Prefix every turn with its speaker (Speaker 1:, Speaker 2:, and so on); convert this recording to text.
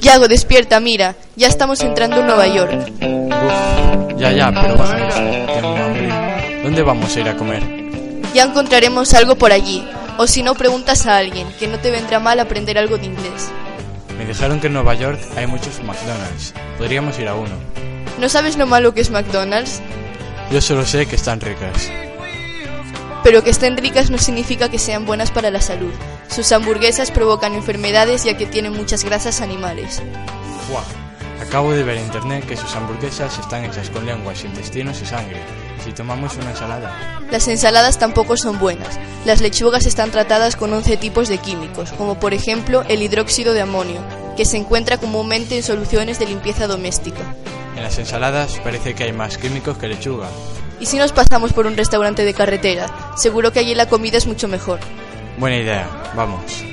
Speaker 1: Yago, despierta, mira, ya estamos entrando en Nueva York.
Speaker 2: Uf, ya, ya, pero bájame. Tengo hambre. ¿Dónde vamos a ir a comer?
Speaker 1: Ya encontraremos algo por allí. O si no, preguntas a alguien, que no te vendrá mal aprender algo de inglés.
Speaker 2: Me dijeron que en Nueva York hay muchos McDonald's. Podríamos ir a uno.
Speaker 1: ¿No sabes lo malo que es McDonald's?
Speaker 2: Yo solo sé que están ricas.
Speaker 1: Pero que estén ricas no significa que sean buenas para la salud. Sus hamburguesas provocan enfermedades ya que tienen muchas grasas animales.
Speaker 2: Buah, acabo de ver en internet que sus hamburguesas están hechas con lenguas, intestinos y sangre. Si tomamos una ensalada.
Speaker 1: Las ensaladas tampoco son buenas. Las lechugas están tratadas con 11 tipos de químicos, como por ejemplo el hidróxido de amonio, que se encuentra comúnmente en soluciones de limpieza doméstica.
Speaker 2: En las ensaladas parece que hay más químicos que lechuga.
Speaker 1: ¿Y si nos pasamos por un restaurante de carretera? Seguro que allí la comida es mucho mejor.
Speaker 2: Buena idea, vamos.